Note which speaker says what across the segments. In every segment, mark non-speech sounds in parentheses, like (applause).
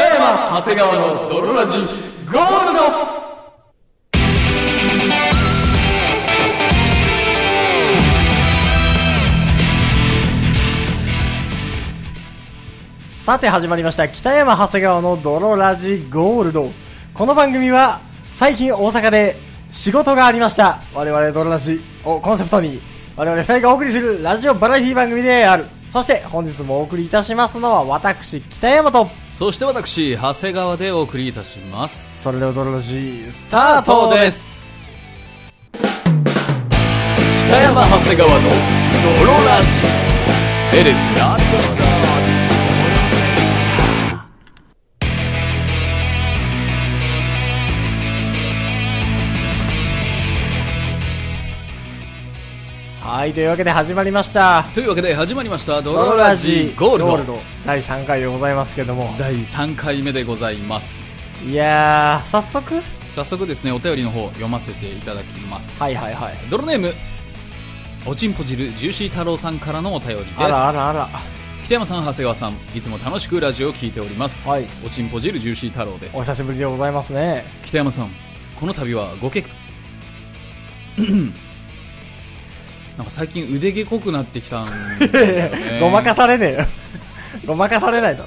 Speaker 1: 山長谷川の泥ラジゴールドさて始まりました北山長谷川の泥ラジゴールドこの番組は最近大阪で仕事がありました我々泥ラジをコンセプトに我々2人がお送りするラジオバラエティ番組であるそして本日もお送りいたしますのは私北山と
Speaker 2: そして私、長谷川でお送りいたします。
Speaker 1: それでは泥ラジスタートです
Speaker 2: す。北山長谷川の泥ラジ。エレスな
Speaker 1: はいというわけで始まりました
Speaker 2: というわけで始まりました、
Speaker 1: 泥
Speaker 2: 泥
Speaker 1: ラ
Speaker 2: ラ
Speaker 1: ジ
Speaker 2: ジゴールド。
Speaker 1: 第3回でございますけども
Speaker 2: 第3回目でございます。
Speaker 1: いやー早速
Speaker 2: 早速ですね、お便りの方読ませていただきます。
Speaker 1: はいはいはい
Speaker 2: 泥ネーム、おちんぽ汁ジューシー太郎さんからのお便りです。
Speaker 1: あらあらあら
Speaker 2: 北山さん、長谷川さん、いつも楽しくラジオを聞いております。
Speaker 1: はい
Speaker 2: おちんぽ汁ジューシー太郎です
Speaker 1: お。久しぶりでございますね
Speaker 2: 北山さんこの度はご結婚 (clears throat) なんか最近腕毛濃くなってきたんだよ
Speaker 1: (laughs)
Speaker 2: ね
Speaker 1: ごまかされねえよごまかされないと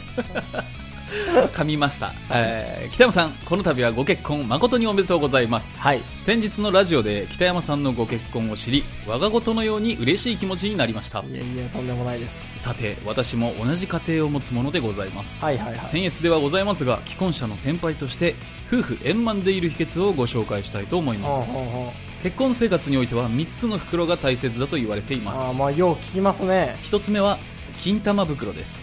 Speaker 2: 噛みました、えー北山さんこの度はご結婚誠におめでとうございます
Speaker 1: はい
Speaker 2: 先日のラジオで北山さんのご結婚を知り我が事のように嬉しい気持ちになりました
Speaker 1: いやいやとんでもないです
Speaker 2: さて私も同じ家庭を持つものでございます
Speaker 1: はいはいはい
Speaker 2: 僭越ではございますが既婚者の先輩として夫婦円満でいる秘訣をご紹介したいと思いま
Speaker 1: ほう
Speaker 2: す
Speaker 1: ほうほう
Speaker 2: 結婚生活においては3つの袋が大切だと言われています
Speaker 1: あーまあよう聞きますね
Speaker 2: 1つ目は金玉袋です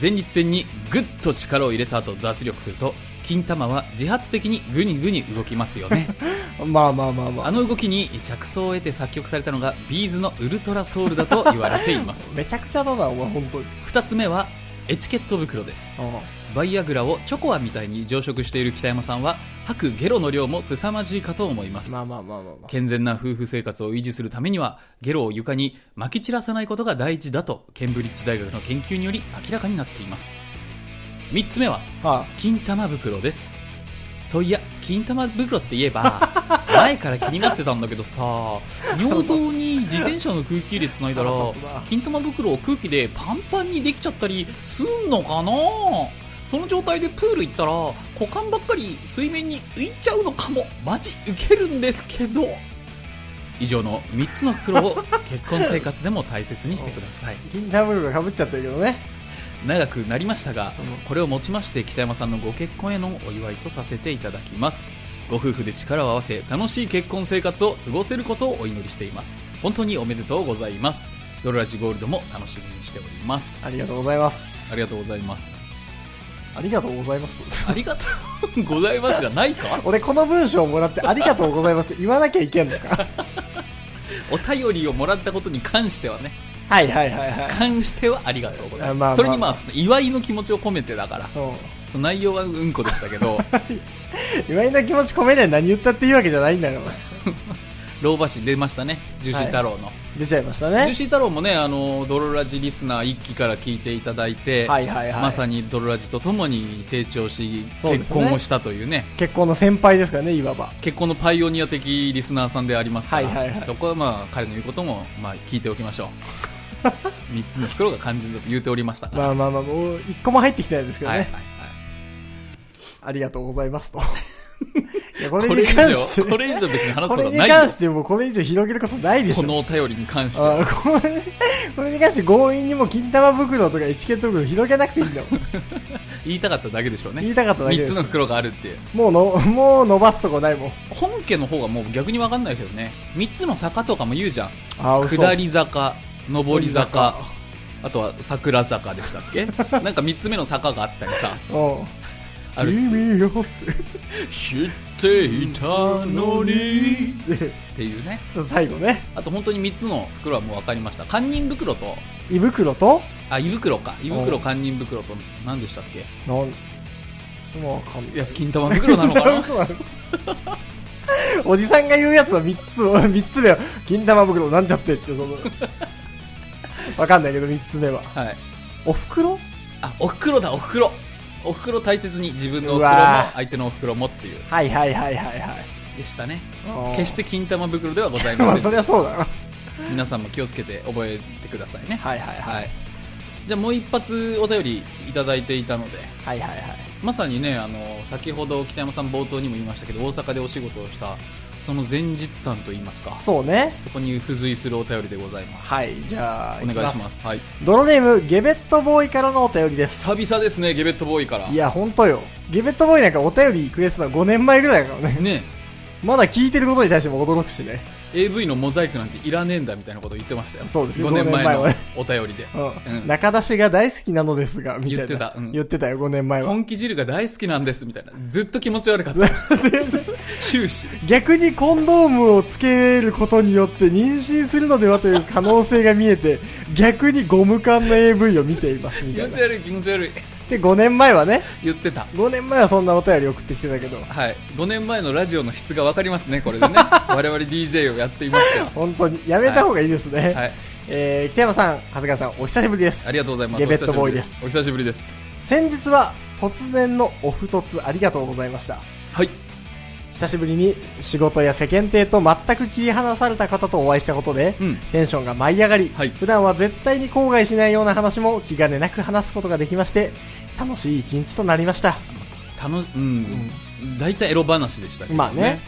Speaker 2: 前立腺にグッと力を入れた後脱力すると金玉は自発的にグニグニ動きますよね
Speaker 1: まあまあまあま
Speaker 2: あ
Speaker 1: あ
Speaker 2: の動きに着想を得て作曲されたのがビーズのウルトラソウルだと言われています
Speaker 1: めちゃくちゃだなお前本当に
Speaker 2: 2つ目はエチケット袋ですバイアグラをチョコアみたいに常食している北山さんは吐くゲロの量も凄まじいかと思います
Speaker 1: まあまあまあまあまあ
Speaker 2: 健全な夫婦生活を維持するためにはゲロを床に撒き散らさないことが第一だとケンブリッジ大学の研究により明らかになっています3つ目は
Speaker 1: は
Speaker 2: 金玉袋ですそういや金玉袋って言えば (laughs) 前から気になってたんだけどさ尿道に自転車の空気入れつないだら
Speaker 1: 腹立つな
Speaker 2: 金玉袋を空気でパンパンにできちゃったりすんのかなその状態でプール行ったら股間ばっかり水面に浮いちゃうのかもマジウケるんですけど以上の3つの袋を結婚生活でも大切にしてください
Speaker 1: あ銀ダブルがかぶっちゃってるけどね
Speaker 2: 長くなりましたが
Speaker 1: うん
Speaker 2: これをもちまして北山さんのご結婚へのお祝いとさせていただきますご夫婦で力を合わせ楽しい結婚生活を過ごせることをお祈りしています本当におめでとうございますドロラジゴールドも楽しみにしております
Speaker 1: ありがとうございます
Speaker 2: ありがとうございます
Speaker 1: ありがとうございます
Speaker 2: ありがとうございますじゃないか
Speaker 1: 俺この文章をもらってありがとうございますって言わなきゃいけんのか
Speaker 2: お便りをもらったことに関してはね
Speaker 1: (laughs) はいはいはいはい
Speaker 2: 関してはありがとうござ
Speaker 1: あ
Speaker 2: います、
Speaker 1: まあまあ
Speaker 2: それにまあその祝いの気持ちを込めてだから
Speaker 1: う
Speaker 2: その内容はうんこでしたけ
Speaker 1: (laughs)
Speaker 2: ど
Speaker 1: ん岩井の気持ち込めりゃ何言ったっていいわけじゃないんだから
Speaker 2: 老婆心出ましたね重心太郎の、
Speaker 1: 出ちゃいました
Speaker 2: ジュ
Speaker 1: ね
Speaker 2: シー太郎もね、あの、ドロラジリスナー一期から聞いていただいて、
Speaker 1: はいはいはい
Speaker 2: まさにドロラジとともに成長し、
Speaker 1: そうですね
Speaker 2: 結婚をしたというね、
Speaker 1: 結婚の先輩ですからねいわば
Speaker 2: 結婚のパイオニア的リスナーさんでありますから、
Speaker 1: はいはいはい
Speaker 2: そこはまあ、彼の言うことも、まあ、聞いておき
Speaker 1: (laughs)
Speaker 2: ましょう。三つの袋が肝心だと言っておりましたから。
Speaker 1: まあまあまあもう一個も入ってきてないですけど
Speaker 2: は
Speaker 1: ね、
Speaker 2: いはいはい。
Speaker 1: ありがとうござい (laughs) ますといやこれ
Speaker 2: こ
Speaker 1: に
Speaker 2: れ以
Speaker 1: 関して
Speaker 2: 上、これ以上別に話す
Speaker 1: こ
Speaker 2: こと
Speaker 1: れ
Speaker 2: は
Speaker 1: に
Speaker 2: ないよ
Speaker 1: 関してもうこれ以上広げることないでしょ
Speaker 2: このお便りに関しては。
Speaker 1: あこれこれに関して強引にもう金玉袋とかエチケット袋広げなくていいんだも (laughs) ん
Speaker 2: 言いたかっただけでしょうね。
Speaker 1: 言いたかっただけで
Speaker 2: 三
Speaker 1: す
Speaker 2: つの袋があるっていう。
Speaker 1: もうの (laughs) もう伸ばすとこないもん
Speaker 2: 本家の方がもう逆にわかんないけどね。三つの坂とかも言うじゃん。
Speaker 1: あ嘘
Speaker 2: 下り坂上り坂あとは桜坂でしたっ (laughs) けなんか3つ目の坂があったりさ
Speaker 1: うん
Speaker 2: ある
Speaker 1: 君よっ
Speaker 2: 知っていたのに
Speaker 1: て
Speaker 2: っていうね
Speaker 1: 最後ね
Speaker 2: あと本当に3つの袋はもう分かりました堪忍袋と
Speaker 1: 胃袋と
Speaker 2: あ胃袋か胃
Speaker 1: う
Speaker 2: 袋
Speaker 1: ん
Speaker 2: 堪忍袋と何でしたっけ
Speaker 1: なんそのわかんない
Speaker 2: いや金玉袋なのかな
Speaker 1: おじさんが言うやつは3つを、 (laughs) 三つ目は、金玉袋なんちゃってって、そ
Speaker 2: (laughs)
Speaker 1: の、わかんないけど3つ目は。
Speaker 2: (laughs) はい
Speaker 1: お袋
Speaker 2: あお袋だお袋お袋大切に自分のお
Speaker 1: う
Speaker 2: 袋
Speaker 1: わ
Speaker 2: も相手のお袋もっていう
Speaker 1: はいはいはいはいはい
Speaker 2: でしたね
Speaker 1: おー
Speaker 2: 決して金玉袋ではござい
Speaker 1: ま
Speaker 2: (laughs) ま
Speaker 1: あ
Speaker 2: せ
Speaker 1: そ
Speaker 2: ん
Speaker 1: りゃそうだな
Speaker 2: 皆さんも気をつけて覚えてくださいね
Speaker 1: はいはいはい
Speaker 2: はいじゃあもう一発お便りいただいていたので
Speaker 1: はいはいはい
Speaker 2: まさにねあの先ほど北山さん冒頭にも言いましたけど大阪でお仕事をしたその前日談といいますか
Speaker 1: そうね
Speaker 2: そこに付随するお便りでございます
Speaker 1: はいじゃあ
Speaker 2: お願いし
Speaker 1: き
Speaker 2: ますはい
Speaker 1: ドロネームゲベットボーイからのお便りです
Speaker 2: 久々ですねゲベットボーイから
Speaker 1: いや本当よゲベットボーイなんかお便りくれてたの5年前ぐらいだからね (laughs)
Speaker 2: ね
Speaker 1: まだ聞いてることに対しても驚くしね
Speaker 2: AV のモザイクなんていらねえんだみたいなこと言ってましたよ
Speaker 1: そうですよ
Speaker 2: 5年前の
Speaker 1: 5年
Speaker 2: お便りで、
Speaker 1: う
Speaker 2: うん
Speaker 1: ん、中出しが大好きなのですが、みたいな。
Speaker 2: 言ってたうん
Speaker 1: 言ってたよ、5年前は。
Speaker 2: 本気汁が大好きなんですみたいなずっと気持ち悪かった終始
Speaker 1: 逆にコンドームをつけることによって妊娠するのではという可能性が見えて、 (laughs) 逆にゴム缶の AV を見ています、み
Speaker 2: 気
Speaker 1: た
Speaker 2: 持
Speaker 1: いな
Speaker 2: ち。悪い気持ち悪い
Speaker 1: で、5年前はね、
Speaker 2: 言ってた
Speaker 1: 5年前はそんなお便り送ってきてたけど、
Speaker 2: はい5年前のラジオの質が分かりますねこれ
Speaker 1: (laughs)
Speaker 2: でね我々 DJ をやっていますか
Speaker 1: 本当に、やめた方がいいですね。
Speaker 2: らはい
Speaker 1: えー、北山さん、長谷川さん、お久しぶりです
Speaker 2: あ。りがとうございます
Speaker 1: ゲベットボーイです
Speaker 2: お久しぶりです
Speaker 1: 先日は突然のオフ突ありがとうございました。
Speaker 2: はい
Speaker 1: 久しぶりに仕事や世間体と全く切り離された方とお会いしたことで、
Speaker 2: うん
Speaker 1: テンションが舞い上がり、
Speaker 2: はい
Speaker 1: 普段は絶対に口外しないような話も気兼ねなく話すことができまして楽しい一日となりました、
Speaker 2: たのうん大体、エロ話でしたけど
Speaker 1: まあね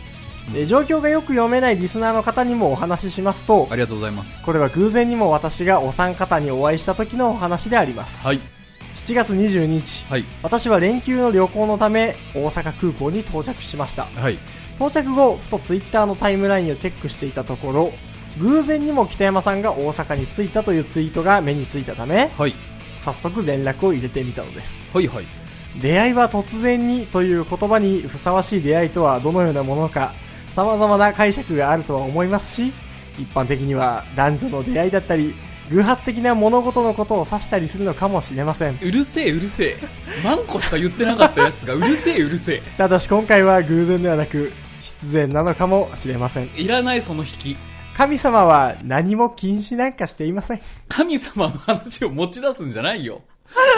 Speaker 1: え状況がよく読めないリスナーの方にもお話ししますと
Speaker 2: ありがとうございます
Speaker 1: これは偶然にも私がお三方にお会いした時のお話であります、
Speaker 2: はい
Speaker 1: 7月22日
Speaker 2: はい
Speaker 1: 私は連休の旅行のため大阪空港に到着しました
Speaker 2: はい
Speaker 1: 到着後ふとツイッターのタイムラインをチェックしていたところ偶然にも北山さんが大阪に着いたというツイートが目についたため
Speaker 2: はい
Speaker 1: 早速連絡を入れてみたのです
Speaker 2: はいはい
Speaker 1: 出会いは突然にという言葉にふさわしい出会いとはどのようなものか様々な解釈があるとは思いますし一般的には男女の出会いだったり偶発的な物事のことを指したりするのかもしれません
Speaker 2: うるせえうるせえ何個しか言ってなかったやつがうるせえうるせ
Speaker 1: ただし今回は偶然ではなく必然なのかもしれません
Speaker 2: えいらないその引き
Speaker 1: 神様は何も禁止なんかしていません
Speaker 2: 神様の話を持ち出すんじゃないよ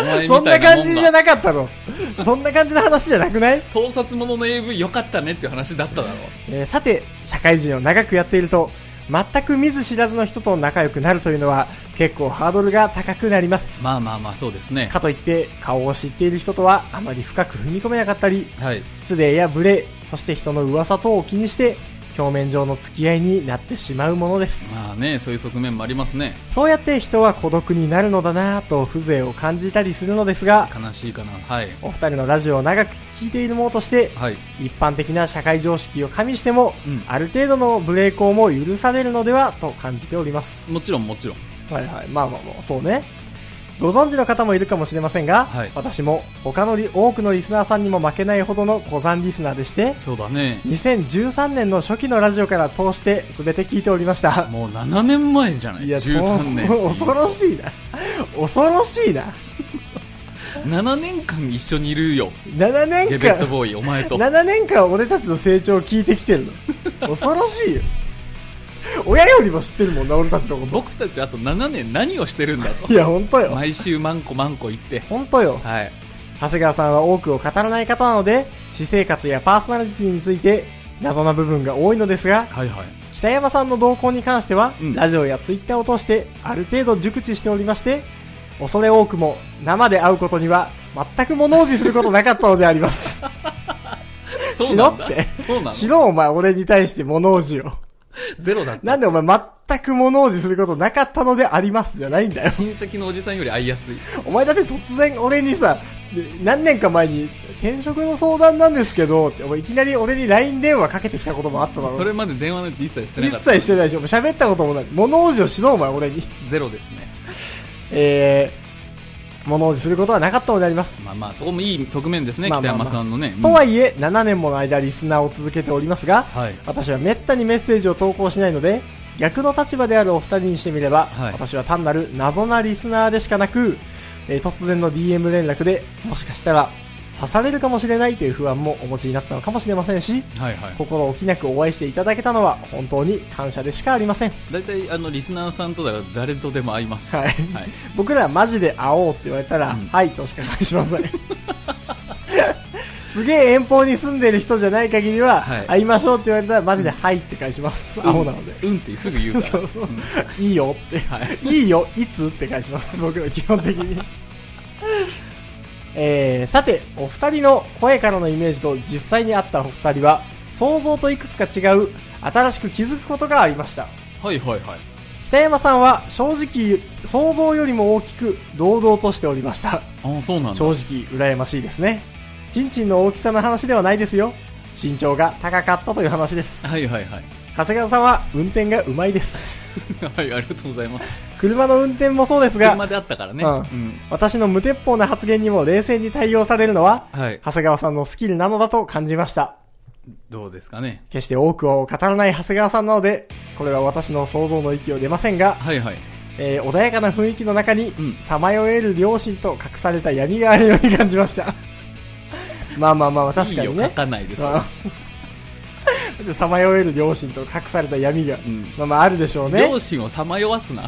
Speaker 2: お前
Speaker 1: (laughs)
Speaker 2: み
Speaker 1: そん
Speaker 2: た
Speaker 1: ない
Speaker 2: なも
Speaker 1: 感
Speaker 2: ん
Speaker 1: じじゃ
Speaker 2: が
Speaker 1: なかったの。 (laughs) そんな感じの話じゃなくない、
Speaker 2: 盗撮者の AV 良かったねっていう話だっただろ
Speaker 1: えーさて、社会人を長くやっていると、全く見ず知らずの人と仲良くなるというのは、結構ハードルが高くなります。
Speaker 2: まあまあまあそうですね
Speaker 1: かといって、顔を知っている人とはあまり深く踏み込めなかったり、
Speaker 2: はい
Speaker 1: 失礼や無礼、そして人の噂等を気にして、表面上の付き合いになってしまうものです。
Speaker 2: まあねそういう側面もありますね
Speaker 1: そうやって人は孤独になるのだなぁと風情を感じたりするのですが、
Speaker 2: 悲しいかなはい
Speaker 1: お二人のラジオを長く聞いているものとして、
Speaker 2: はい
Speaker 1: 一般的な社会常識を加味しても、
Speaker 2: うん
Speaker 1: ある程度の無礼講も許されるのではと感じております。
Speaker 2: もちろんもちろん
Speaker 1: はいはい。まあまあまあ、そうね。ご存知の方もいるかもしれませんが、
Speaker 2: はい
Speaker 1: 私も他のり多くのリスナーさんにも負けないほどの古参リスナーでして、
Speaker 2: そうだね
Speaker 1: 2013年の初期のラジオから通して全て聞いておりました。
Speaker 2: もう7年前じゃない13年
Speaker 1: と恐ろしいな。恐ろしいな。
Speaker 2: 7年間一緒にいるよ
Speaker 1: 7
Speaker 2: ゲ
Speaker 1: 年
Speaker 2: ベット
Speaker 1: 間、
Speaker 2: ボーイお前と
Speaker 1: 7年間俺たちの成長を聞いてきてる
Speaker 2: (laughs)
Speaker 1: の恐ろしいよ親よりも知ってるもんな俺たちのこ
Speaker 2: 僕たちあと7年何をしてるんだ
Speaker 1: (laughs) といや本当
Speaker 2: と
Speaker 1: よ
Speaker 2: 毎週マンコマンコ言って
Speaker 1: 本当よ
Speaker 2: はい
Speaker 1: 長谷川さんは多くを語らない方なので私生活やパーソナリティについて謎な部分が多いのですが
Speaker 2: はいはい
Speaker 1: 北山さんの動向に関しては、
Speaker 2: うん
Speaker 1: ラジオやツイッターを通してある程度熟知しておりまして恐れ多くも生で会うことには全く物おじすることなかったのであります
Speaker 2: (laughs) そうなん
Speaker 1: しろっ
Speaker 2: だそうなの
Speaker 1: しろお前俺に対して物おじを
Speaker 2: ゼロだった
Speaker 1: なんでお前全く物おじすることなかったのでありますじゃないんだよ。 (laughs)
Speaker 2: 親戚のおじさんより会いやすい
Speaker 1: お前だって突然俺にさ、何年か前に転職の相談なんですけど、ってお前いきなり俺に LINE 電話かけてきたこともあっただろ。
Speaker 2: それまで電話なんて一切してな
Speaker 1: 一
Speaker 2: かった
Speaker 1: 切してないでしょ。お前喋ったこともない。物おじをしろお前俺に。
Speaker 2: ゼロですね
Speaker 1: えー、物おじすることはなかったのであります。
Speaker 2: まあまあそこもいい側面ですね
Speaker 1: まあ
Speaker 2: 北
Speaker 1: まあまあ
Speaker 2: 山さんのねうん
Speaker 1: とはいえ、7年もの間リスナーを続けておりますが、
Speaker 2: はい
Speaker 1: 私はめったにメッセージを投稿しないので逆の立場であるお二人にしてみれば、
Speaker 2: はい
Speaker 1: 私は単なる謎なリスナーでしかなく、えー突然の DM 連絡でもしかしたら刺されるかもしれないという不安もお持ちになったのかもしれませんし、
Speaker 2: はいはい
Speaker 1: 心置きなくお会いしていただけたのは本当に感謝でしかありません。
Speaker 2: 大体あのリスナーさんとだら誰とでも会います
Speaker 1: はい
Speaker 2: はい、
Speaker 1: 僕らマジで会おうって言われたら、
Speaker 2: うん
Speaker 1: はいとしか返しません。 (laughs) すげえ遠方に住んでる人じゃない限りは、
Speaker 2: はい
Speaker 1: 会いましょうって言われたらマジではいって返します。アホなので。
Speaker 2: うんってすぐ言うか
Speaker 1: (laughs)
Speaker 2: ら
Speaker 1: そうそう
Speaker 2: うん
Speaker 1: いいよって。
Speaker 2: はい
Speaker 1: いいよ、いつって返します、僕ら基本的に。えー、さて、お二人の声からのイメージと実際にあったお二人は、想像といくつか違う、新しく気づくことがありました。
Speaker 2: はいはいはい
Speaker 1: 北山さんは正直、想像よりも大きく、堂々としておりました。
Speaker 2: ああそうなんだ
Speaker 1: 正直、羨ましいですね。ちんちんの大きさの話ではないですよ。身長が高かったという話です。
Speaker 2: はいはいはい (laughs)
Speaker 1: 長谷川さんは運転がうまいです。
Speaker 2: はいありがとうございます
Speaker 1: 車の運転もそうですが、
Speaker 2: 車であったからね
Speaker 1: う
Speaker 2: うんん
Speaker 1: 私の無鉄砲な発言にも冷静に対応されるのは、
Speaker 2: はい
Speaker 1: 長谷川さんのスキルなのだと感じました。
Speaker 2: どうですかね
Speaker 1: 決して多くを語らない長谷川さんなので、これは私の想像の域を出ませんが、
Speaker 2: はいはい
Speaker 1: えー穏やかな雰囲気の中に
Speaker 2: ん、
Speaker 1: さまよえる良心と隠された闇があるように感じました。まあまあまあ、確か
Speaker 2: い
Speaker 1: に
Speaker 2: いよ
Speaker 1: ね
Speaker 2: 書。かないで
Speaker 1: (laughs)
Speaker 2: すよ
Speaker 1: さまよえる良心と隠された闇が、
Speaker 2: ん
Speaker 1: まあまああるでしょうね
Speaker 2: 両。親をさまよわすな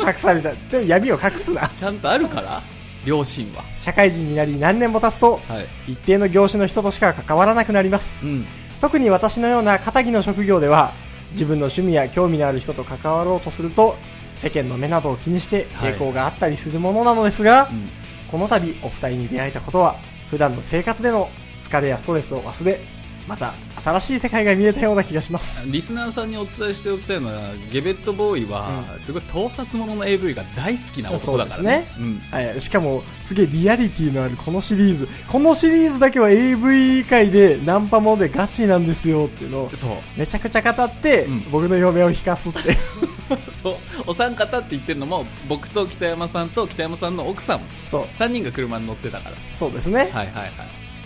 Speaker 1: 隠された。でも闇を隠す
Speaker 2: (laughs)
Speaker 1: な。
Speaker 2: ちゃんとあるから両親は
Speaker 1: 社会人になり何年も経つと、
Speaker 2: はい
Speaker 1: 一定の業種の人としか関わらなくなります。
Speaker 2: うん
Speaker 1: 特に私のような肩着の職業では自分の趣味や興味のある人と関わろうとすると世間の目などを気にして
Speaker 2: はい
Speaker 1: 抵抗があったりするものなのですが、
Speaker 2: うん
Speaker 1: この度お二人に出会えたことは普段の生活での疲れやストレスを忘れまた新しい世界が見えたような気がします
Speaker 2: リスナーさんにお伝えしておきたいのはゲベットボーイは、すごい盗撮ものの AV が大好きな男だからね
Speaker 1: そうはい、しかもすげえリアリティのあるこのシリーズこのシリーズだけは AV 界でナンパものでガチなんですよっていうのを
Speaker 2: うん、そう
Speaker 1: めちゃくちゃ語って、
Speaker 2: うん
Speaker 1: 僕の嫁を引かす
Speaker 2: (laughs)
Speaker 1: って
Speaker 2: そうお三方って言ってるのも僕と北山さんと北山さんの奥さん
Speaker 1: そう
Speaker 2: 3人が車に乗ってたから
Speaker 1: そうですね
Speaker 2: はいはいはい